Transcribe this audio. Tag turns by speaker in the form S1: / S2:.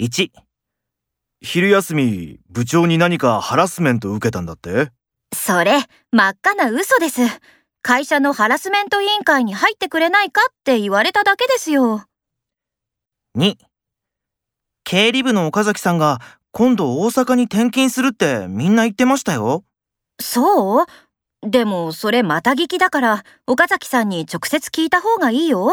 S1: 1
S2: 昼休み、部長に何かハラスメント受けたんだって
S3: それ、真っ赤な嘘です。会社のハラスメント委員会に入ってくれないかって言われただけですよ。
S1: 2経理部の岡崎さんが今度大阪に転勤するってみんな言ってましたよ
S3: そうでもそれまた聞きだから、岡崎さんに直接聞いた方がいいよ。